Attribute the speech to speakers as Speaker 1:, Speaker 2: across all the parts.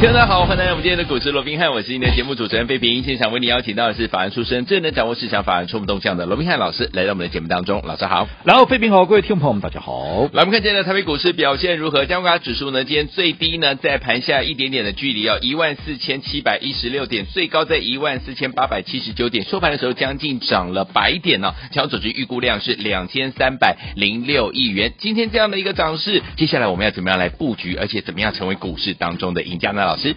Speaker 1: 听众大家好，欢迎来到我们今天的股市罗宾汉，我是你的节目主持人费平。现场为你邀请到的是法案出身、最能掌握市场法案冲动向的罗宾汉老师，来到我们的节目当中。老师好，
Speaker 2: 然后，费平好，各位听众朋友们，大家好。
Speaker 1: 来我们看今天的台北股市表现如何？加权指数呢，今天最低呢在盘下一点点的距离哦，一万四千七百一十六点，最高在一万四千八百七十九点，收盘的时候将近涨了百点呢、哦。强总值预估量是两千三百零六亿元。今天这样的一个涨势，接下来我们要怎么样来布局，而且怎么样成为股市当中的赢家呢？老师，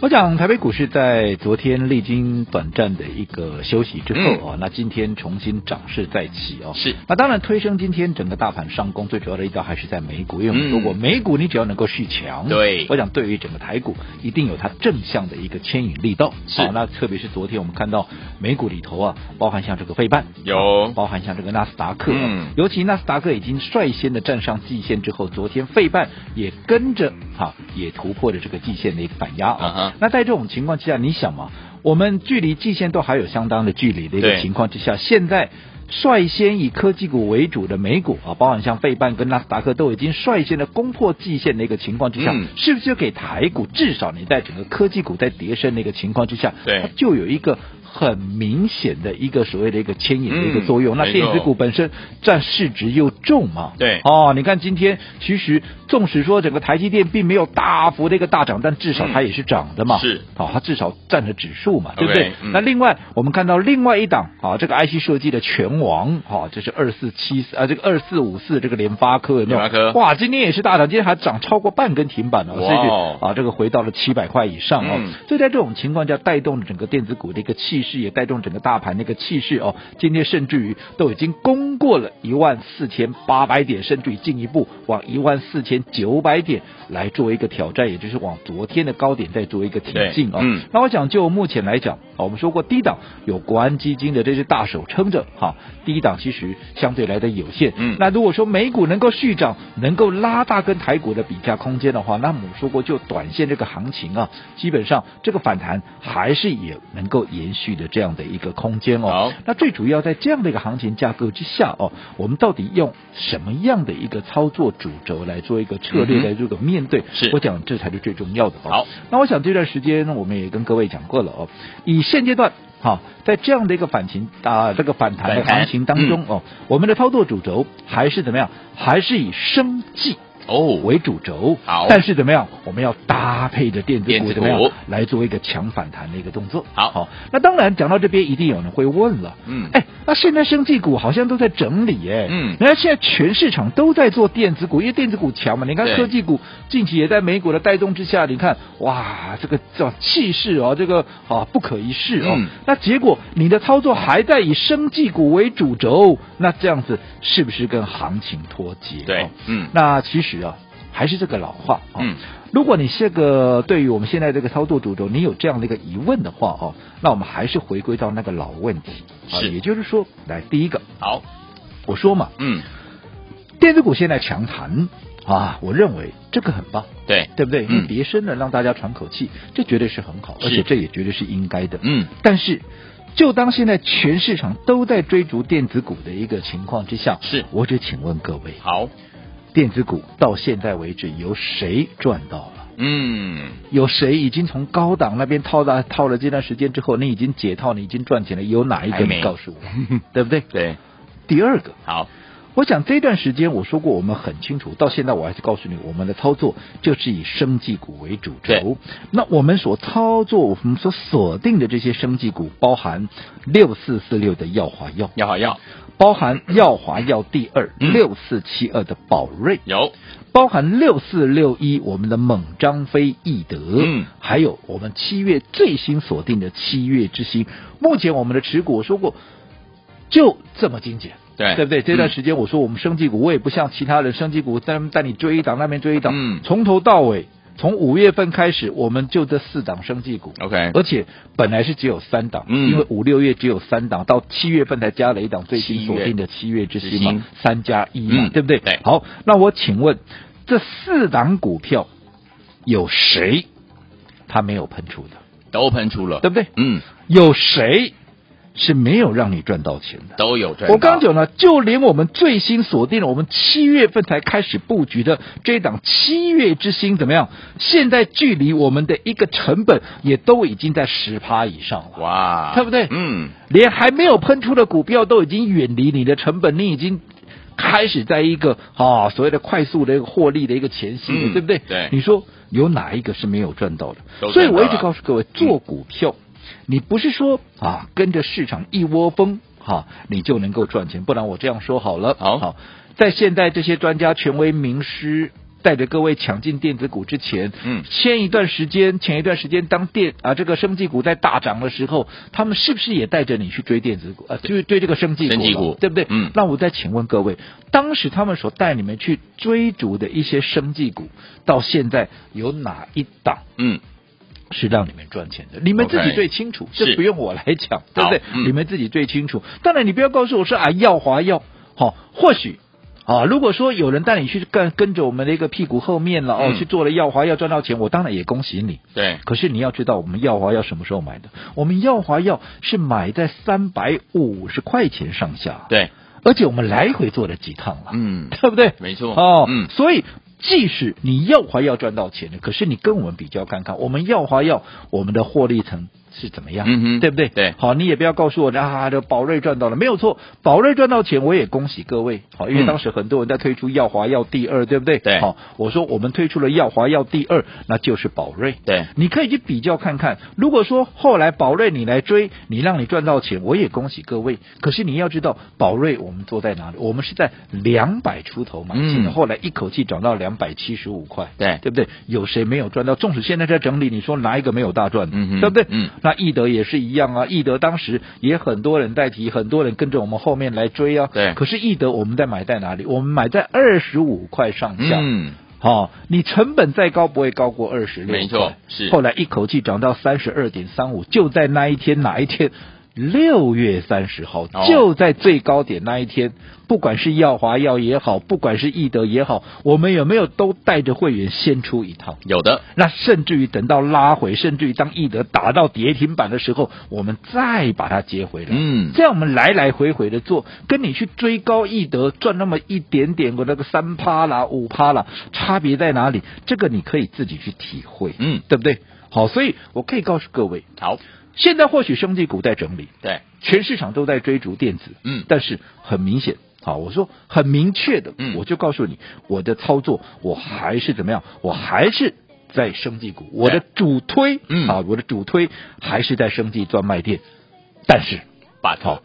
Speaker 2: 我讲台北股市在昨天历经短暂的一个休息之后
Speaker 1: 嗯
Speaker 2: 哦，那今天重新涨势再起哦。
Speaker 1: 是
Speaker 2: 那当然推升今天整个大盘上攻，最主要的力道还是在美股，因为我们说过，
Speaker 1: 嗯
Speaker 2: 美股你只要能够续强，
Speaker 1: 对
Speaker 2: 我想对于整个台股一定有它正向的一个牵引力道。
Speaker 1: 是
Speaker 2: 好那特别是昨天我们看到美股里头啊，包含像这个费半
Speaker 1: 有
Speaker 2: 包含像这个纳斯达克、
Speaker 1: 嗯
Speaker 2: 尤其纳斯达克已经率先的站上季线之后，昨天费半也跟着哈、也突破了这个季线的一个反压
Speaker 1: 啊哈
Speaker 2: 啊。那在这种情况之下，你想嘛，我们距离季线都还有相当的距离的一个
Speaker 1: 对
Speaker 2: 情况之下，现在。率先以科技股为主的美股啊，包含像费半跟纳斯达克都已经率先的攻破季线的一个情况之下，
Speaker 1: 嗯
Speaker 2: 是不是就给台股至少你在整个科技股在跌升的一个情况之下，
Speaker 1: 对
Speaker 2: 它就有一个很明显的一个所谓的一个牵引的一个
Speaker 1: 嗯
Speaker 2: 作用。那
Speaker 1: 没
Speaker 2: 电子
Speaker 1: 错
Speaker 2: 股本身占市值又重嘛，
Speaker 1: 对
Speaker 2: 哦，你看今天其实纵使说整个台积电并没有大幅的一个大涨，但至少它
Speaker 1: 嗯
Speaker 2: 也是涨的嘛，
Speaker 1: 是，
Speaker 2: 好、它至少占了指数嘛，对不
Speaker 1: OK，
Speaker 2: 对？
Speaker 1: 嗯
Speaker 2: 那另外我们看到另外一档啊，这个 IC 设计的拳王啊，这是二四七四啊，这个二四五四这个联发科有没有？
Speaker 1: 联发科
Speaker 2: 哇，今天也是大涨，今天还涨超过半根停板哦，所
Speaker 1: 哇哦
Speaker 2: 以啊，这个回到了七百块以上哦。
Speaker 1: 嗯
Speaker 2: 所以在这种情况下，带动了整个电子股的一个气势，也带动整个大盘的一个气势哦。今天甚至于都已经攻过了一万四千八百点，甚至于进一步往一万四千九百点来做一个挑战，也就是往昨天的高点再做一个挺进哦。
Speaker 1: 对嗯
Speaker 2: 那我想就目前来讲，啊我们说过低档有国安基金的这只大手撑着，哈，低档其实相对来的有限。
Speaker 1: 嗯
Speaker 2: 那如果说美股能够续涨，能够拉大跟台股的比价空间的话，那我们说过就短线这个行情啊，基本上这个反弹还是也能够延续的这样的一个空间
Speaker 1: 好
Speaker 2: 哦。那最主要在这样的一个行情架构之下哦，我们到底用什么样的一个操作主轴来做一个策略
Speaker 1: 嗯哼
Speaker 2: 来做一个面对？
Speaker 1: 是
Speaker 2: 我讲这才是最重要的、哦。
Speaker 1: 好，
Speaker 2: 那我想这段时间呢，我们也跟各位讲过了哦，以现阶段。哈，在这样的一个反情啊、这个反弹的
Speaker 1: 反弹嗯
Speaker 2: 行情当中、哦，我们的操作主轴还是怎么样？还是以生计
Speaker 1: 哦
Speaker 2: 为主轴。
Speaker 1: 好
Speaker 2: 但是怎么样？我们要搭配着电子
Speaker 1: 电
Speaker 2: 股
Speaker 1: 子股
Speaker 2: 怎么样来做一个强反弹的一个动作？哦
Speaker 1: 好
Speaker 2: 那当然讲到这边，一定有人会问了，
Speaker 1: 嗯
Speaker 2: 哎，那现在生技股好像都在整理哎，
Speaker 1: 嗯
Speaker 2: 人家现在全市场都在做电子股，因为电子股强嘛。你看
Speaker 1: 对
Speaker 2: 科技股近期也在美股的带动之下，你看哇，这个叫气势哦，这个啊不可一世哦。
Speaker 1: 嗯
Speaker 2: 那结果你的操作还在以生技股为主轴，那这样子是不是跟行情脱节？
Speaker 1: 对
Speaker 2: 哦
Speaker 1: 嗯
Speaker 2: 那其实啊，还是这个老话啊。
Speaker 1: 嗯
Speaker 2: 如果你这个对于我们现在这个操作主轴，你有这样的一个疑问的话哦，那我们还是回归到那个老问题啊，
Speaker 1: 是
Speaker 2: 也就是说，来第一个，
Speaker 1: 好，
Speaker 2: 我说嘛，
Speaker 1: 嗯，
Speaker 2: 电子股现在强弹啊，我认为这个很棒，
Speaker 1: 对，
Speaker 2: 对不对？因为
Speaker 1: 嗯
Speaker 2: 跌升了，让大家喘口气，这绝对是很好，
Speaker 1: 是
Speaker 2: 而且这也绝对是应该的。
Speaker 1: 嗯，
Speaker 2: 但是。就当现在全市场都在追逐电子股的一个情况之下，
Speaker 1: 是
Speaker 2: 我只请问各位，
Speaker 1: 好，
Speaker 2: 电子股到现在为止有谁赚到了？
Speaker 1: 嗯，
Speaker 2: 有谁已经从高档那边套了套了这段时间之后，你已经解套，你已经赚钱了？有哪一个？
Speaker 1: 哎还没
Speaker 2: 你告诉我，对不对？
Speaker 1: 对，
Speaker 2: 第二个，
Speaker 1: 好，
Speaker 2: 我想这段时间我说过，我们很清楚，到现在我还是告诉你，我们的操作就是以生技股为主
Speaker 1: 对
Speaker 2: 轴。那我们所操作，我们所锁定的这些生技股，包含六四四六的耀华药，
Speaker 1: 要好要
Speaker 2: 包含耀华药第二
Speaker 1: 嗯
Speaker 2: 六四七二的宝瑞，
Speaker 1: 有，
Speaker 2: 包含六四六一我们的猛张飞、易德，
Speaker 1: 嗯
Speaker 2: 还有我们七月最新锁定的七月之星。目前我们的持股我说过，就这么精简。
Speaker 1: 对
Speaker 2: 对不对？这段
Speaker 1: 嗯
Speaker 2: 时间我说我们升绩股，我也不像其他人升绩股在那边带你追一档，那边追一档，
Speaker 1: 嗯
Speaker 2: 从头到尾从五月份开始，我们就这四档生技股，
Speaker 1: OK，
Speaker 2: 而且本来是只有三档，
Speaker 1: 嗯
Speaker 2: 因为五六月只有三档，到七月份才加了一档，最
Speaker 1: 七
Speaker 2: 新
Speaker 1: 月
Speaker 2: 锁定的七月之星
Speaker 1: 之星
Speaker 2: 嘛，三加一嘛，
Speaker 1: 嗯
Speaker 2: 对不对？
Speaker 1: 对
Speaker 2: 好，那我请问，这四档股票有谁它没有喷出的，
Speaker 1: 都喷出了，
Speaker 2: 对不对？
Speaker 1: 嗯，
Speaker 2: 有谁是没有让你赚到钱的？
Speaker 1: 都有赚到。
Speaker 2: 我刚讲了，就连我们最新锁定了我们七月份才开始布局的这一档七月之星怎么样？现在距离我们的一个成本也都已经在十趴以上了，
Speaker 1: 哇，
Speaker 2: 对不对
Speaker 1: 嗯，
Speaker 2: 连还没有喷出的股票都已经远离你的成本，你已经。开始在一个啊所谓的快速的一个获利的一个前夕了，
Speaker 1: 嗯
Speaker 2: 对不对？
Speaker 1: 对
Speaker 2: 你说有哪一个是没有赚到的？
Speaker 1: 都嗯赚到
Speaker 2: 所以我一直
Speaker 1: 了
Speaker 2: 告诉各位，做股票，你不是说啊跟着市场一窝蜂哈、你就能够赚钱，不然我这样说好了，
Speaker 1: 好
Speaker 2: 在现在这些专家、权威名师。带着各位抢进电子股之前，
Speaker 1: 嗯
Speaker 2: 前一段时间，前一段时间当电啊这个生技股在大涨的时候，他们是不是也带着你去追电子股啊？就是追这个生技股了，
Speaker 1: 生技股
Speaker 2: 对不对？
Speaker 1: 嗯
Speaker 2: 那我再请问各位，当时他们所带你们去追逐的一些生技股，到现在有哪一档
Speaker 1: 嗯，
Speaker 2: 是让你们赚钱的，你们自
Speaker 1: OK，
Speaker 2: 己最清楚，
Speaker 1: 是
Speaker 2: 这不用我来讲，对不对
Speaker 1: 好？嗯
Speaker 2: 你们自己最清楚。当然，你不要告诉我说啊，耀华耀，好、或许。啊，如果说有人带你去跟跟着我们的一个屁股后面了哦，
Speaker 1: 嗯
Speaker 2: 去做了耀华要赚到钱，我当然也恭喜你。
Speaker 1: 对，
Speaker 2: 可是你要知道，我们耀华药什么时候买的？我们耀华药是买在三百五十块钱上下，，
Speaker 1: 对，
Speaker 2: 而且我们来回做了几趟了，
Speaker 1: 嗯，
Speaker 2: 对不对？
Speaker 1: 没错，
Speaker 2: 哦，
Speaker 1: 嗯，
Speaker 2: 所以即使你耀华要赚到钱的，可是你跟我们比较看看，我们耀华要我们的获利层是怎么样，
Speaker 1: 嗯哼
Speaker 2: 对不对？
Speaker 1: 对
Speaker 2: 好，你也不要告诉我啊，这宝瑞赚到了，没有错，宝瑞赚到钱，我也恭喜各位，好，因为
Speaker 1: 嗯
Speaker 2: 当时很多人在推出耀华药第二，对不对？
Speaker 1: 对
Speaker 2: 好，我说我们推出了耀华药第二，那就是宝瑞，
Speaker 1: 对，
Speaker 2: 你可以去比较看看。如果说后来宝瑞你来追，你让你赚到钱，我也恭喜各位。可是你要知道，宝瑞我们做在哪里？我们是在两百出头买进的，
Speaker 1: 嗯
Speaker 2: 后来一口气涨到两百七十五块，
Speaker 1: 对
Speaker 2: 对不对？有谁没有赚到？纵使现在在整理，你说哪一个没有大赚的？
Speaker 1: 嗯哼
Speaker 2: 对不对？
Speaker 1: 嗯
Speaker 2: 那易德也是一样啊，易德当时也很多人在提，很多人跟着我们后面来追啊。
Speaker 1: 对
Speaker 2: 可是易德我们在买在哪里？我们买在二十五块上下。
Speaker 1: 嗯，
Speaker 2: 哦，你成本再高不会高过二十六，
Speaker 1: 没错是
Speaker 2: 后来一口气涨到三十二点三五，就在那一天哪一天？六月三十号
Speaker 1: 哦，
Speaker 2: 就在最高点那一天，不管是耀华药也好，不管是易德也好，我们有没有都带着会员先出一趟？
Speaker 1: 有的，
Speaker 2: 那甚至于等到拉回，甚至于当易德打到跌停板的时候，我们再把它接回来。
Speaker 1: 嗯，
Speaker 2: 这样我们来来回回的做，跟你去追高易得赚那么一点点的那个三趴啦、五趴啦，差别在哪里？这个你可以自己去体会，
Speaker 1: 嗯，
Speaker 2: 对不对？好，所以我可以告诉各位，
Speaker 1: 好，
Speaker 2: 现在或许生技股在整理，
Speaker 1: 对，
Speaker 2: 全市场都在追逐电子，
Speaker 1: 嗯，
Speaker 2: 但是很明显，好，我说很明确的，
Speaker 1: 嗯
Speaker 2: 我就告诉你，我的操作我还是怎么样，我还是。在生技股，我的主推，
Speaker 1: 嗯
Speaker 2: 啊，我的主推还是在生技专卖店，但是
Speaker 1: 把
Speaker 2: 好
Speaker 1: 头，，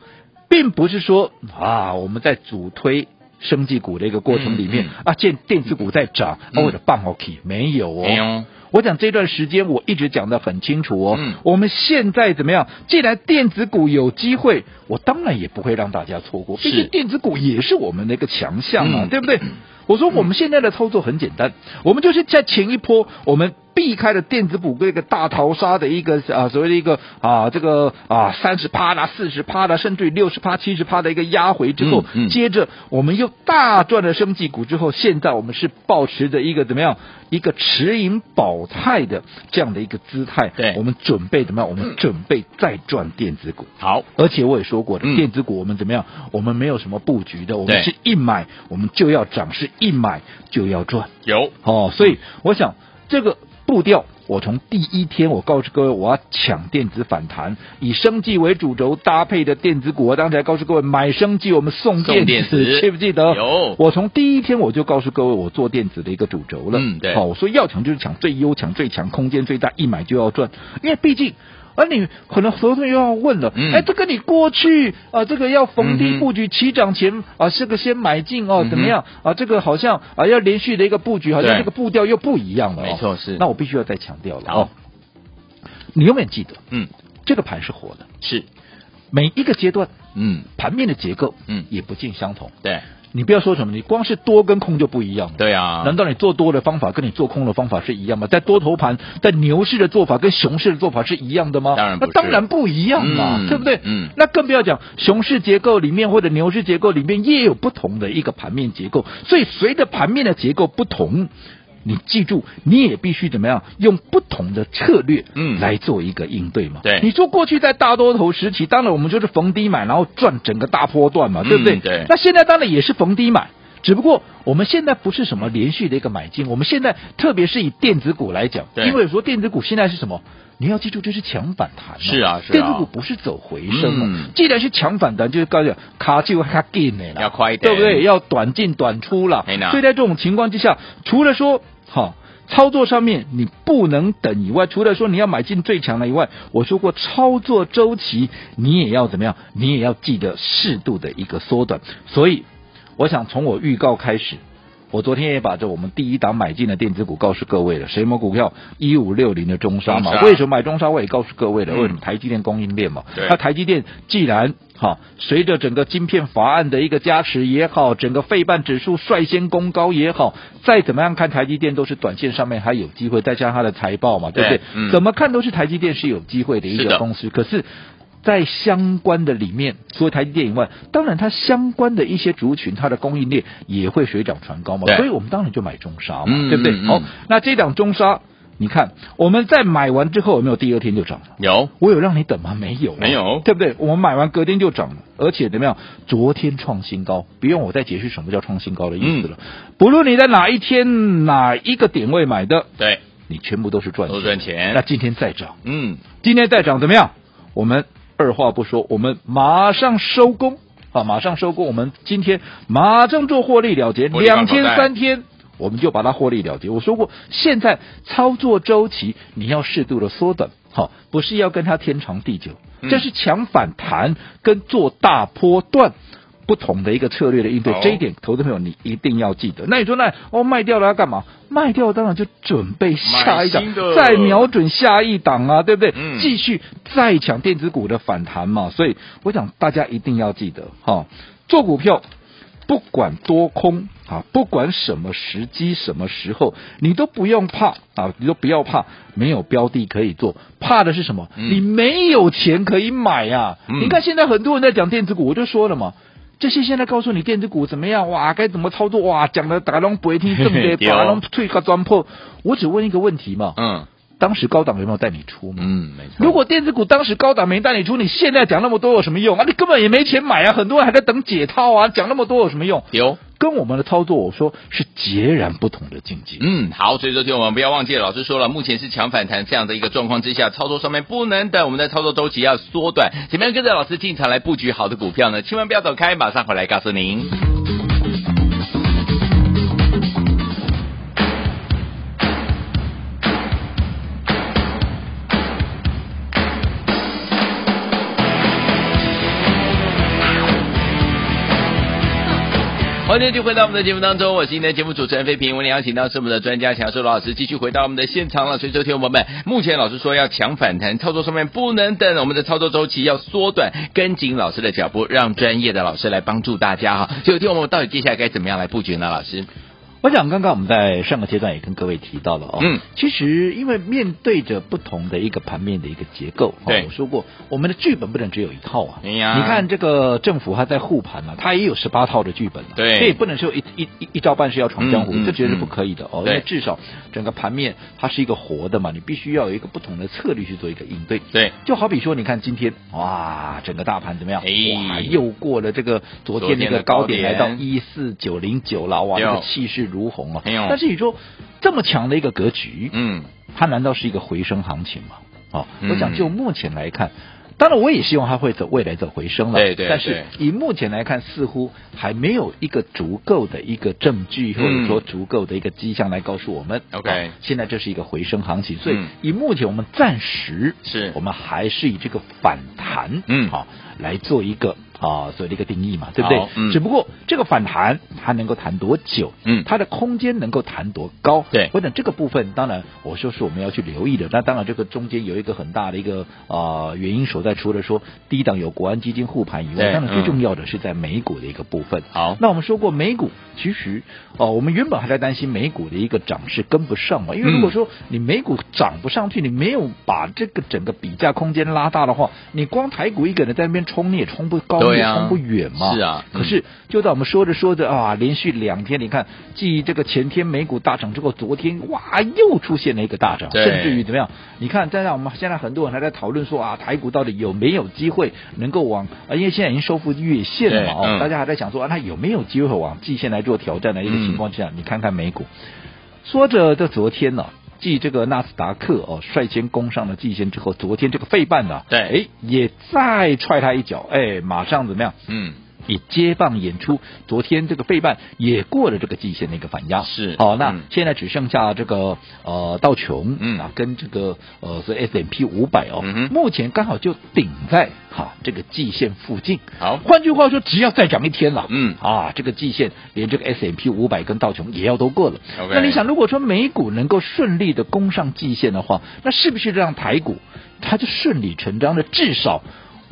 Speaker 2: 并不是说啊我们在主推生技股的一个过程里面、
Speaker 1: 嗯
Speaker 2: 啊，见电子股在涨，
Speaker 1: 嗯
Speaker 2: 啊或者棒好 k 没有哦。
Speaker 1: 没有，
Speaker 2: 我讲这段时间我一直讲的很清楚哦、
Speaker 1: 嗯
Speaker 2: 我们现在怎么样？既然电子股有机会，我当然也不会让大家错过，
Speaker 1: 是
Speaker 2: 毕竟电子股也是我们的一个强项啊，
Speaker 1: 嗯
Speaker 2: 对不对？我说我们现在的操作很简单，我们就是在前一波我们。避开了电子股这个大逃杀的一个啊，所谓的一个啊，这个啊三十趴啦、四十趴啦，甚至于六十趴、七十趴的一个压回之后，
Speaker 1: 嗯嗯
Speaker 2: 接着我们又大赚了生技股之后，现在我们是保持着一个怎么样一个持盈保泰的这样的一个姿态。
Speaker 1: 对嗯
Speaker 2: 我们准备怎么样？我们准备再赚电子股。
Speaker 1: 好，
Speaker 2: 而且我也说过的，
Speaker 1: 嗯
Speaker 2: 电子股我们怎么样？我们没有什么布局的，我
Speaker 1: 对
Speaker 2: 们是一买我们就要涨，是一买就要赚。
Speaker 1: 有，
Speaker 2: 哦，所以我想这个步调，我从第一天我告诉各位，我要抢电子反弹，以生计为主轴搭配的电子股，我刚才告诉各位买生计，我们送
Speaker 1: 送
Speaker 2: 电
Speaker 1: 电子
Speaker 2: 记不记得？
Speaker 1: 有
Speaker 2: 我从第一天我就告诉各位，我做电子的一个主轴了。
Speaker 1: 嗯对
Speaker 2: 好、我说要抢就是抢最优、抢最强、空间最大，一买就要赚，因为毕竟。而你可能合同又要问了，哎、
Speaker 1: 嗯
Speaker 2: 这跟你过去啊、这个要逢
Speaker 1: 嗯
Speaker 2: 低
Speaker 1: 哼
Speaker 2: 布局起涨前啊、这个先买进哦
Speaker 1: 嗯，哼
Speaker 2: 怎么样啊？这个好像啊，要连续的一个布局，好
Speaker 1: 对
Speaker 2: 像这个步调又不一样了、哦。
Speaker 1: 没错是
Speaker 2: 那我必须要再强调了
Speaker 1: 好
Speaker 2: 哦，你永远记得
Speaker 1: 嗯，
Speaker 2: 这个盘是活的，
Speaker 1: 是，
Speaker 2: 每一个阶段
Speaker 1: 嗯，
Speaker 2: 盘面的结构
Speaker 1: 嗯
Speaker 2: 也不尽相同。
Speaker 1: 对，
Speaker 2: 你不要说什么，你光是多跟空就不一样了。
Speaker 1: 对啊，
Speaker 2: 难道你做多的方法跟你做空的方法是一样吗？在多头盘，在牛市的做法跟熊市的做法是一样的吗？
Speaker 1: 当然不
Speaker 2: 那
Speaker 1: 是
Speaker 2: 当然不一样嘛，
Speaker 1: 嗯
Speaker 2: 对不对？
Speaker 1: 嗯
Speaker 2: 那更不要讲熊市结构里面或者牛市结构里面也有不同的一个盘面结构，所以随着盘面的结构不同。你记住，你也必须怎么样用不同的策略，
Speaker 1: 嗯
Speaker 2: 来做一个应对嘛。
Speaker 1: 对
Speaker 2: 你说过去在大多头时期，当然我们就是逢低买，然后赚整个大波段嘛，对不对？
Speaker 1: 嗯对
Speaker 2: 那现在当然也是逢低买，只不过我们现在不是什么连续的一个买进，我们现在特别是以电子股来讲，
Speaker 1: 对
Speaker 2: 因为说电子股现在是什么？你要记住，这是强反弹嘛、
Speaker 1: 是啊是啊
Speaker 2: 电子股不是走回升嘛、
Speaker 1: 嗯
Speaker 2: 既然是强反弹，就是告诉你卡就卡进的啦，
Speaker 1: 要快一点
Speaker 2: 对不对？要短进短出了。
Speaker 1: 哎呐
Speaker 2: 所以在这种情况之下，除了说好。操作上面你不能等以外，除了说你要买进最强的以外，我说过操作周期你也要怎么样？你也要记得适度的一个缩短。所以，我想从我预告开始，我昨天也把这我们第一档买进的电子股告诉各位了，谁某股票一五六零的中沙嘛
Speaker 1: 中，沙
Speaker 2: 为什么买中沙？我也告诉各位了，
Speaker 1: 嗯
Speaker 2: 为什么台积电供应链嘛
Speaker 1: 对，
Speaker 2: 那台积电既然哈、随着整个晶片法案的一个加持也好，整个费半指数率先攻高也好，再怎么样看台积电都是短线上面还有机会，再加上它的财报嘛，对不对？
Speaker 1: 对嗯
Speaker 2: 怎么看都是台积电是有机会的一
Speaker 1: 是
Speaker 2: 个
Speaker 1: 的
Speaker 2: 公司，可是。在相关的里面，除了台积电以外，当然它相关的一些族群，它的供应链也会水涨船高嘛
Speaker 1: 对，
Speaker 2: 所以我们当然就买中沙嘛，
Speaker 1: 嗯
Speaker 2: 对不对？
Speaker 1: 嗯嗯
Speaker 2: 好，那这档中沙，你看我们在买完之后有没有第二天就涨了？
Speaker 1: 有
Speaker 2: 我有让你等吗？没有啊、
Speaker 1: 没有
Speaker 2: 对不对？我们买完隔天就涨了，而且怎么样？昨天创新高，不用我再解释什么叫创新高的意思了。
Speaker 1: 嗯
Speaker 2: 不论你在哪一天哪一个点位买的，
Speaker 1: 对
Speaker 2: 你全部都是赚钱。
Speaker 1: 都赚
Speaker 2: 那
Speaker 1: 钱，
Speaker 2: 今天再涨，
Speaker 1: 嗯，
Speaker 2: 今天再涨怎么样？我们二话不说，我们马上收工啊！马上收工，我们今天马上做获利了结，
Speaker 1: 获利放
Speaker 2: 两
Speaker 1: 口
Speaker 2: 天
Speaker 1: 袋
Speaker 2: 三天。我们就把它获利了结。我说过，现在操作周期你要适度的缩短，好、不是要跟它天长地久，
Speaker 1: 嗯
Speaker 2: 这是强反弹跟做大波段不同的一个策略的应对
Speaker 1: 好。
Speaker 2: 这一点，投资朋友你一定要记得。那你说那哦卖掉了要干嘛？卖掉当然就准备下一档
Speaker 1: 买新的，
Speaker 2: 再瞄准下一档啊，对不对？
Speaker 1: 嗯
Speaker 2: 继续再抢电子股的反弹嘛。所以我想大家一定要记得哈、做股票不管多空啊，不管什么时机、什么时候，你都不用怕啊，你都不要怕没有标的可以做，怕的是什么？
Speaker 1: 嗯
Speaker 2: 你没有钱可以买呀、
Speaker 1: 嗯
Speaker 2: 你看现在很多人在讲电子股，我就说了嘛。这些现在告诉你电子股怎么样哇，该怎么操作哇，讲的打龙不会听， 正
Speaker 1: 嘿嘿
Speaker 2: 的
Speaker 1: 对哦
Speaker 2: 打龙退个钻破。我只问一个问题嘛，
Speaker 1: 嗯
Speaker 2: 当时高档有没有带你出嘛？
Speaker 1: 嗯，没错。
Speaker 2: 如果电子股当时高档没带你出，你现在讲那么多有什么用啊？你根本也没钱买啊，很多人还在等解套啊，讲那么多有什么用？
Speaker 1: 有，
Speaker 2: 跟我们的操作，我说是截然不同的境界。
Speaker 1: 嗯，好，所以昨天我们不要忘记了，老师说了，目前是强反弹这样的一个状况之下，操作上面不能等，我们的操作周期要缩短，怎么样跟着老师进场来布局好的股票呢？千万不要走开，马上回来告诉您。欢迎继续回到我们的节目当中，我是今天的节目主持人费平。我们邀请到是我们的专家强硕罗老师，继续回到我们的现场了。所以，收听我们，目前老师说要强反弹，操作上面不能等，我们的操作周期要缩短，跟紧老师的脚步，让专业的老师来帮助大家哈。所以，听我们到底接下来该怎么样来布局呢？老师，
Speaker 2: 我想刚刚我们在上个阶段也跟各位提到了哦，
Speaker 1: 嗯，
Speaker 2: 其实因为面对着不同的一个盘面的一个结构，哦
Speaker 1: 对
Speaker 2: 我说过我们的剧本不能只有一套啊。
Speaker 1: 哎呀
Speaker 2: 你看这个政府它在护盘啊，它也有十八套的剧本啊，
Speaker 1: 对
Speaker 2: 这也不能说一一一一招半式要闯江湖，
Speaker 1: 嗯嗯
Speaker 2: 这绝对是不可以的哦，
Speaker 1: 嗯
Speaker 2: 因
Speaker 1: 对
Speaker 2: 为至少整个盘面它是一个活的嘛，你必须要有一个不同的策略去做一个应对。
Speaker 1: 对，
Speaker 2: 就好比说，你看今天哇，整个大盘怎么样？
Speaker 1: 哎
Speaker 2: 哇，又过了这个昨
Speaker 1: 昨
Speaker 2: 天
Speaker 1: 天
Speaker 2: 那个
Speaker 1: 的
Speaker 2: 高点，
Speaker 1: 高
Speaker 2: 来
Speaker 1: 点
Speaker 2: 到一四九零九了，哇，
Speaker 1: 对
Speaker 2: 这
Speaker 1: 哦
Speaker 2: 个气势如虹啊！
Speaker 1: 哎呦
Speaker 2: 但是你说这么强的一个格局，
Speaker 1: 嗯，
Speaker 2: 它难道是一个回升行情吗？哦，
Speaker 1: 嗯
Speaker 2: 我想就目前来看。当然，我也希望它会走未来走回升了。
Speaker 1: 对对
Speaker 2: 但是以目前来看，似乎还没有一个足够的一个证据，或
Speaker 1: 嗯
Speaker 2: 者说足够的一个迹象来告诉我们。
Speaker 1: OK
Speaker 2: 哦现在这是一个回升行情，所以
Speaker 1: 嗯
Speaker 2: 以目前我们暂时
Speaker 1: 是
Speaker 2: 我们还是以这个反弹，哦
Speaker 1: 嗯
Speaker 2: 好、来做一个啊、所谓的一个定义嘛，对不对
Speaker 1: 好？嗯
Speaker 2: 只不过这个反弹它能够弹多久，
Speaker 1: 嗯
Speaker 2: 它的空间能够弹多高，
Speaker 1: 对
Speaker 2: 我等这个部分，当然我说是我们要去留意的。那当然这个中间有一个很大的一个啊原因所在，除了说低档有国安基金护盘以
Speaker 1: 对
Speaker 2: 外，当然最
Speaker 1: 嗯
Speaker 2: 重要的是在美股的一个部分。
Speaker 1: 好，
Speaker 2: 那我们说过，美股其实哦，我们原本还在担心美股的一个涨势跟不上嘛，因为
Speaker 1: 嗯
Speaker 2: 如果说你美股涨不上去，你没有把这个整个比价空间拉大的话，你光台股一个人在那边冲，你也冲不高，
Speaker 1: 对
Speaker 2: 你也
Speaker 1: 啊
Speaker 2: 冲不远嘛。
Speaker 1: 是啊嗯
Speaker 2: 可是就在我们说着说着啊，连续两天，你看继这个前天美股大涨之后，昨天哇又出现了一个大涨，
Speaker 1: 对
Speaker 2: 甚至于怎么样？你看，再让我们现在很多人还在讨论说啊，台股到底有没有机会能够往？啊因为现在已经收复月线了嘛，
Speaker 1: 对
Speaker 2: 哦
Speaker 1: 嗯，
Speaker 2: 大家还在想说啊，那有没有机会往季线来做挑战的一个情况之下，你看看美股，说着这昨天呢、继这个纳斯达克哦率先攻上了季线之后，昨天这个费半呢、
Speaker 1: 对
Speaker 2: 哎也再踹他一脚，哎，马上怎么样？
Speaker 1: 嗯，
Speaker 2: 也接棒演出。昨天这个费半也过了这个季线的一个反压，
Speaker 1: 是
Speaker 2: 好、那
Speaker 1: 嗯
Speaker 2: 现在只剩下这个呃道琼，
Speaker 1: 嗯
Speaker 2: 啊，跟这个呃是 S M P 五百哦，
Speaker 1: 嗯哼
Speaker 2: 目前刚好就顶在哈这个季线附近。
Speaker 1: 好
Speaker 2: 换句话说，只要再涨一天了，
Speaker 1: 嗯
Speaker 2: 啊，这个季线连这个 S M P 五百跟道琼也要都过了。
Speaker 1: OK
Speaker 2: 那你想，如果说美股能够顺利的攻上季线的话，那是不是让台股它就顺理成章的至少？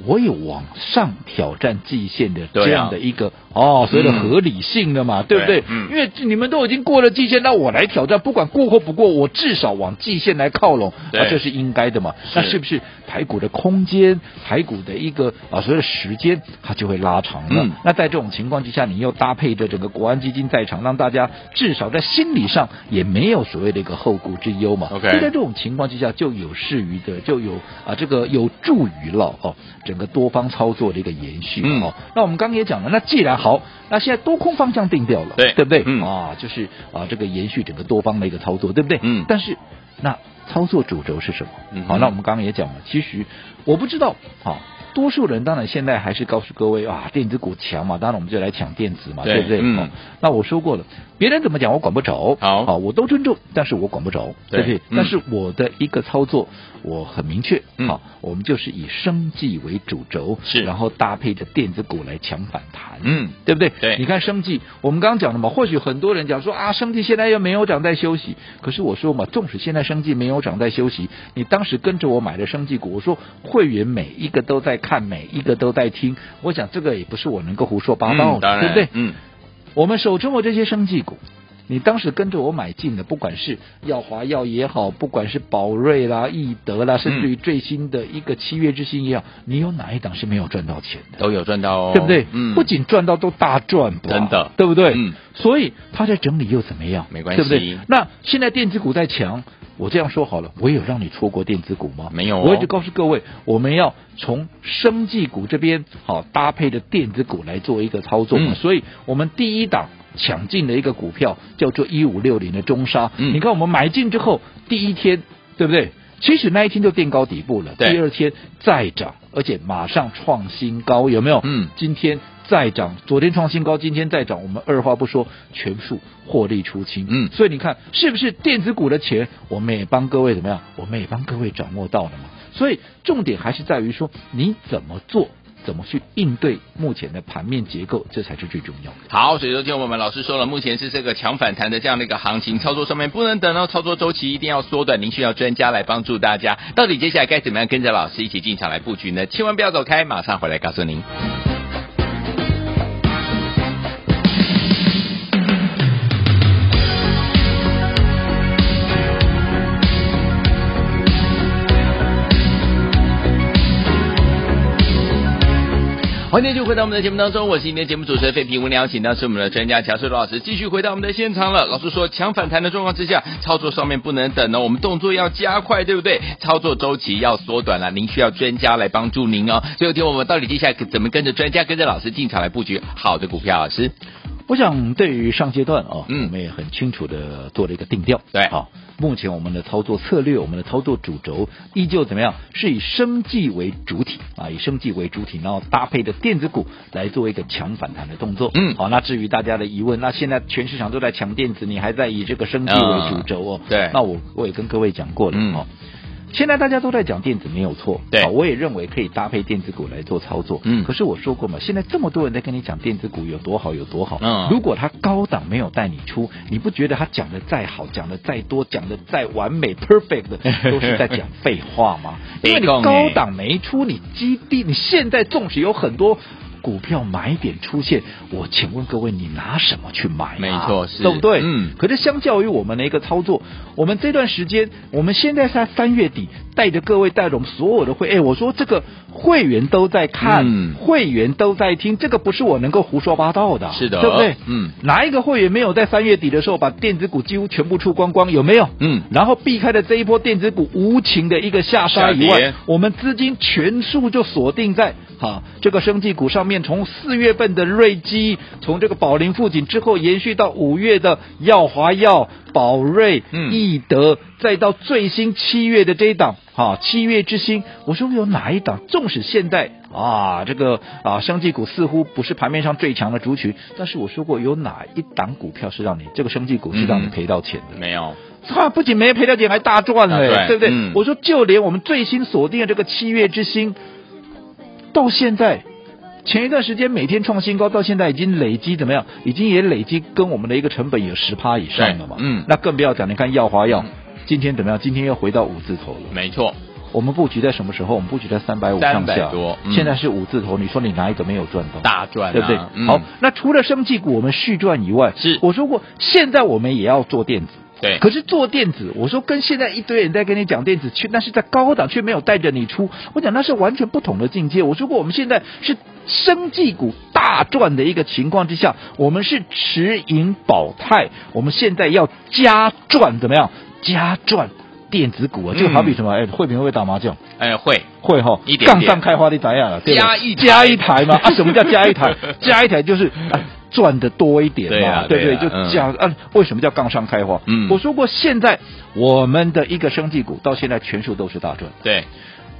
Speaker 2: 我有往上挑战季线的
Speaker 1: 对啊嗯
Speaker 2: 这样的一个、哦，所谓的合理性的嘛，对不对？
Speaker 1: 对嗯
Speaker 2: 因为你们都已经过了季线，那我来挑战，不管过或不过，我至少往季线来靠拢，
Speaker 1: 对
Speaker 2: 啊，这是应该的嘛。
Speaker 1: 是
Speaker 2: 那是不是台股的空间、台股的一个啊所谓的时间，它就会拉长了？
Speaker 1: 嗯
Speaker 2: 那在这种情况之下，你又搭配着整个国安基金在场，让大家至少在心理上也没有所谓的一个后顾之忧嘛。
Speaker 1: OK
Speaker 2: 所以在这种情况之下，就有适于的，就有啊这个有助于了哦，整个多方操作的一个延续
Speaker 1: 嗯
Speaker 2: 哦。那我们刚刚也讲了，那既然好，那现在多空方向定掉了，
Speaker 1: 对
Speaker 2: 对不对？
Speaker 1: 嗯
Speaker 2: 啊，就是啊这个延续整个多方的一个操作，对不对？
Speaker 1: 嗯
Speaker 2: 但是那操作主轴是什么？
Speaker 1: 嗯哼
Speaker 2: 好，那我们刚刚也讲了，其实我不知道，好。多数人当然现在还是告诉各位啊，电子股强嘛，当然我们就来抢电子嘛，
Speaker 1: 对
Speaker 2: 对不对？
Speaker 1: 嗯
Speaker 2: 哦那我说过了，别人怎么讲我管不着，
Speaker 1: 好
Speaker 2: 啊，我都尊重，但是我管不着，对
Speaker 1: 对
Speaker 2: 不对？
Speaker 1: 嗯
Speaker 2: 但是我的一个操作我很明确，
Speaker 1: 嗯
Speaker 2: 好，我们就是以生计为主轴，
Speaker 1: 是
Speaker 2: 然后搭配着电子股来抢反弹，
Speaker 1: 嗯，
Speaker 2: 对不对？
Speaker 1: 对
Speaker 2: 你看生计，我们刚刚讲了嘛，或许很多人讲说啊，生计现在又没有涨，在休息。可是我说嘛，纵使现在生计没有涨，在休息，你当时跟着我买的生计股，我说会员每一个都在看，每一个都在听，我想这个也不是我能够胡说八道
Speaker 1: 嗯当
Speaker 2: 的，
Speaker 1: 然
Speaker 2: 对不对？
Speaker 1: 嗯，
Speaker 2: 我们手中的这些生技股，你当时跟着我买进的，不管是耀华药也好，不管是宝瑞啦、易德啦，甚至
Speaker 1: 嗯
Speaker 2: 于最新的一个七月之星也好，你有哪一档是没有赚到钱的？
Speaker 1: 都有赚到哦，
Speaker 2: 对不对？
Speaker 1: 嗯，
Speaker 2: 不仅赚到，都大赚吧，
Speaker 1: 真的
Speaker 2: 对不对？
Speaker 1: 嗯，
Speaker 2: 所以它在整理又怎么样？
Speaker 1: 没关
Speaker 2: 对
Speaker 1: 系
Speaker 2: 不对？那现在电子股在强，我这样说好了，我有让你错过电子股吗？
Speaker 1: 没有哦
Speaker 2: 我一直告诉各位，我们要从生技股这边好搭配着电子股来做一个操作嘛，
Speaker 1: 嗯
Speaker 2: 所以我们第一档。抢进的一个股票叫做一五六零的中沙，
Speaker 1: 嗯
Speaker 2: 你看我们买进之后第一天，对不对？其实那一天就垫高底部了，
Speaker 1: 对
Speaker 2: 第二天再涨，而且马上创新高，有没有？
Speaker 1: 嗯
Speaker 2: 今天再涨，昨天创新高，今天再涨，我们二话不说，全数获利出清。
Speaker 1: 嗯
Speaker 2: 所以你看，是不是电子股的钱，我们也帮各位怎么样？我们也帮各位掌握到了嘛。所以重点还是在于说，你怎么做，怎么去应对目前的盘面结构，这才是最重要的。
Speaker 1: 好，所以昨天我们老师说了，目前是这个强反弹的这样的一个行情，操作上面不能等哦，操作周期一定要缩短，您需要专家来帮助大家。到底接下来该怎么样跟着老师一起进场来布局呢？千万不要走开，马上回来告诉您。欢迎继续回到我们的节目当中，我是今天节目主持人费平。我们邀请到是我们的专家乔世罗老师，继续回到我们的现场了。老师说，强反弹的状况之下，操作上面不能等哦，我们动作要加快，对不对？操作周期要缩短了，您需要专家来帮助您哦。所以，听我们到底接下来怎么跟着专家、跟着老师进场来布局好的股票？啊老师，
Speaker 2: 我想对于上阶段啊，
Speaker 1: 嗯
Speaker 2: 我们也很清楚的做了一个定调。
Speaker 1: 对
Speaker 2: 好，目前我们的操作策略，我们的操作主轴依旧怎么样？是以生计为主体啊，以生计为主体，然后搭配的电子股来做一个强反弹的动作。
Speaker 1: 嗯
Speaker 2: 好，那至于大家的疑问，那现在全市场都在抢电子，你还在以这个生计
Speaker 1: 啊
Speaker 2: 为主轴哦？
Speaker 1: 对
Speaker 2: 那我我也跟各位讲过了
Speaker 1: 嗯
Speaker 2: 哦。现在大家都在讲电子没有错，
Speaker 1: 对
Speaker 2: 好我也认为可以搭配电子股来做操作。
Speaker 1: 嗯
Speaker 2: 可是我说过嘛，现在这么多人在跟你讲电子股有多好有多好，
Speaker 1: 嗯
Speaker 2: 如果他高档没有带你出，你不觉得他讲的再好，讲的再多，讲的再完美 perfect 的，都是在讲废话吗？因为你
Speaker 1: 别讲欸
Speaker 2: 高档没出，你基地，你现在纵使有很多。股票买点出现，我请问各位，你拿什么去买、啊？
Speaker 1: 没错是
Speaker 2: 对不对？
Speaker 1: 嗯
Speaker 2: 可是相较于我们的一个操作，我们这段时间，我们现在才三月底，带着各位，带着我们所有的会，哎，我说这个会员都在看，
Speaker 1: 嗯
Speaker 2: 会员都在听，这个不是我能够胡说八道的，啊
Speaker 1: 是的
Speaker 2: 对不对？
Speaker 1: 嗯，
Speaker 2: 哪一个会员没有在三月底的时候把电子股几乎全部出光光？有没有？
Speaker 1: 嗯
Speaker 2: 然后避开了这一波电子股无情的一个下杀以
Speaker 1: 下
Speaker 2: 外
Speaker 1: 跌，
Speaker 2: 我们资金全数就锁定在哈这个生技股上面，从四月份的瑞基，从这个宝林富锦之后延续到五月的耀华药、宝瑞、
Speaker 1: 嗯
Speaker 2: 易德，再到最新七月的这一档哈七月之星，我说有哪一档？纵使现在啊这个啊生技股似乎不是盘面上最强的族群，但是我说过有哪一档股票是让你这个生技股是让你
Speaker 1: 嗯
Speaker 2: 赔到钱的？
Speaker 1: 没有，
Speaker 2: 他不仅没赔到钱，还大赚了、
Speaker 1: 大赚
Speaker 2: 欸，对不对？
Speaker 1: 嗯
Speaker 2: 我说，就连我们最新锁定的这个七月之星，到现在前一段时间每天创新高，到现在已经累积怎么样？已经也累积跟我们的一个成本有十趴以上了嘛。
Speaker 1: 对嗯
Speaker 2: 那更不要讲，你看耀华药、
Speaker 1: 嗯
Speaker 2: 今天怎么样？今天又回到五字头了。
Speaker 1: 没错，
Speaker 2: 我们布局在什么时候？我们布局在三百五上下，
Speaker 1: 300多嗯
Speaker 2: 现在是五字头，你说你哪一个没有赚到？
Speaker 1: 大赚、啊，
Speaker 2: 对不对？
Speaker 1: 嗯
Speaker 2: 好，那除了生技股我们续赚以外，
Speaker 1: 是
Speaker 2: 我说过，现在我们也要做电子。
Speaker 1: 对，
Speaker 2: 可是做电子，我说跟现在一堆人在跟你讲电子去，但是在高档却没有带着你出，我讲那是完全不同的境界。我说过，我们现在是生技股大赚的一个情况之下，我们是持盈保泰，我们现在要加赚怎么样？加赚电子股啊，就好比什么？哎、慧萍会不会打麻将？
Speaker 1: 哎会，
Speaker 2: 会哈，
Speaker 1: 一点
Speaker 2: 杠
Speaker 1: 点
Speaker 2: 上开花的咋样了？对吧
Speaker 1: 加一台
Speaker 2: 加一台嘛？啊，什么 叫加一台？加一台就是啊赚的多一点嘛，
Speaker 1: 对啊
Speaker 2: 对不
Speaker 1: 对啊
Speaker 2: 对？就加啊，为什么叫杠上开花？
Speaker 1: 嗯
Speaker 2: 我说过，现在我们的一个生技股到现在全数都是大赚，
Speaker 1: 对，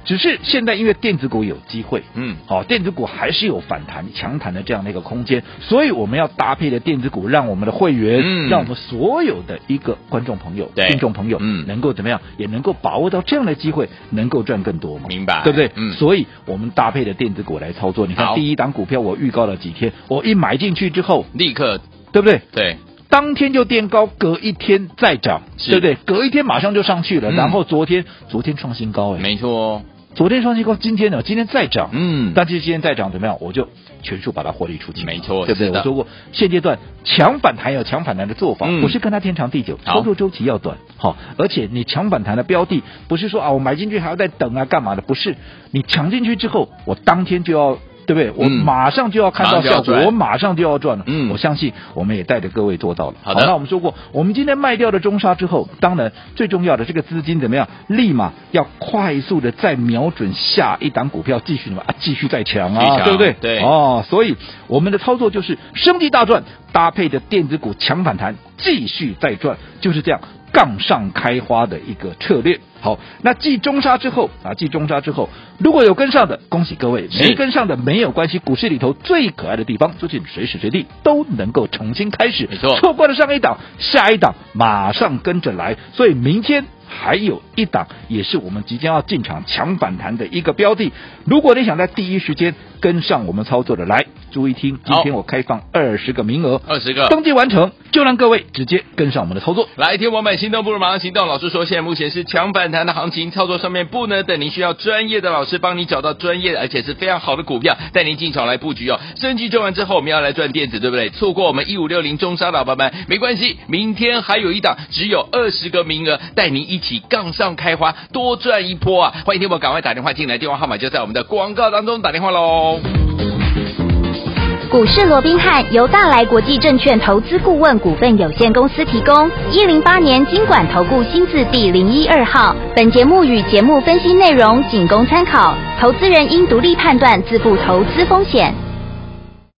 Speaker 2: 只是现在因为电子股有机会，
Speaker 1: 嗯，
Speaker 2: 好、电子股还是有反弹、强弹的这样的一个空间，所以我们要搭配的电子股，让我们的会员，
Speaker 1: 嗯
Speaker 2: 让我们所有的一个观众朋友、
Speaker 1: 对
Speaker 2: 听众朋友，
Speaker 1: 嗯
Speaker 2: 能够怎么样，也能够把握到这样的机会，能够赚更多嘛？
Speaker 1: 明白
Speaker 2: 对不对？
Speaker 1: 嗯
Speaker 2: 所以我们搭配的电子股来操作。你
Speaker 1: 好
Speaker 2: 看第一档股票，我预告了几天，我一买进去之后，
Speaker 1: 立刻
Speaker 2: 对不对？
Speaker 1: 对，
Speaker 2: 当天就垫高，隔一天再涨，
Speaker 1: 是
Speaker 2: 对不对？隔一天马上就上去了，
Speaker 1: 嗯
Speaker 2: 然后昨天昨天创新高哎、
Speaker 1: 没错哦，
Speaker 2: 昨天创新高，今天呢？今天再涨，
Speaker 1: 嗯，
Speaker 2: 但是今天再涨怎么样，我就全数把它获利出清了，
Speaker 1: 没错
Speaker 2: 对不
Speaker 1: 是
Speaker 2: 对？
Speaker 1: 的
Speaker 2: 我说过，现阶段强反弹有强反弹的做法，
Speaker 1: 嗯
Speaker 2: 不是跟它天长地久，
Speaker 1: 好
Speaker 2: 操作周期要短，好、而且你强反弹的标的不是说啊，我买进去还要再等啊，干嘛的？不是，你抢进去之后，我当天就要。对不对？我
Speaker 1: 嗯
Speaker 2: 马上就要看
Speaker 1: 马上
Speaker 2: 到
Speaker 1: 就要
Speaker 2: 效果，
Speaker 1: 赚
Speaker 2: 我马上就要赚了。
Speaker 1: 嗯
Speaker 2: 我相信我们也带着各位做到了。
Speaker 1: 好的
Speaker 2: 那我们说过，我们今天卖掉的中沙之后，当然最重要的这个资金怎么样？立马要快速的再瞄准下一档股票，继续什么啊？继续再强
Speaker 1: 继续
Speaker 2: 啊，
Speaker 1: 强
Speaker 2: 对不对？
Speaker 1: 对
Speaker 2: 哦，所以我们的操作就是升级大赚，搭配着电子股强反弹，继续再赚，就是这样杠上开花的一个策略。好，那继中沙之后啊，继中沙之后，如果有跟上的，恭喜各位；
Speaker 1: 是
Speaker 2: 没跟上的没有关系。股市里头最可爱的地方，就是你随时随地都能够重新开始。
Speaker 1: 没 错
Speaker 2: 错过了上一档，下一档马上跟着来。所以明天还有一档，也是我们即将要进场强反弹的一个标的。如果你想在第一时间跟上我们操作的，来注意听，今
Speaker 1: 好
Speaker 2: 天我开放二十个名额，
Speaker 1: 二十个。
Speaker 2: 登记完成就让各位直接跟上我们的操作。
Speaker 1: 来，听我们心动不如马上行动。老师说，现在目前是强反弹的行情，操作上面不能等，您需要专业的老师帮你找到专业的，而且是非常好的股票，带您进场来布局哦。升级做完之后，我们要来赚电子，对不对？错过我们一五六零中沙的伙伴们，没关系，明天还有一档，只有二十个名额，带您一起杠上开花，多赚一波啊！欢迎听我赶快打电话进来，电话号码就在我们的广告当中，打电话喽。
Speaker 3: 股市罗宾汉由大来国际证券投资顾问股份有限公司提供。一零八年经管投顾新字第零一二号。本节目与节目分析内容仅供参考，投资人应独立判断，自负投资风险。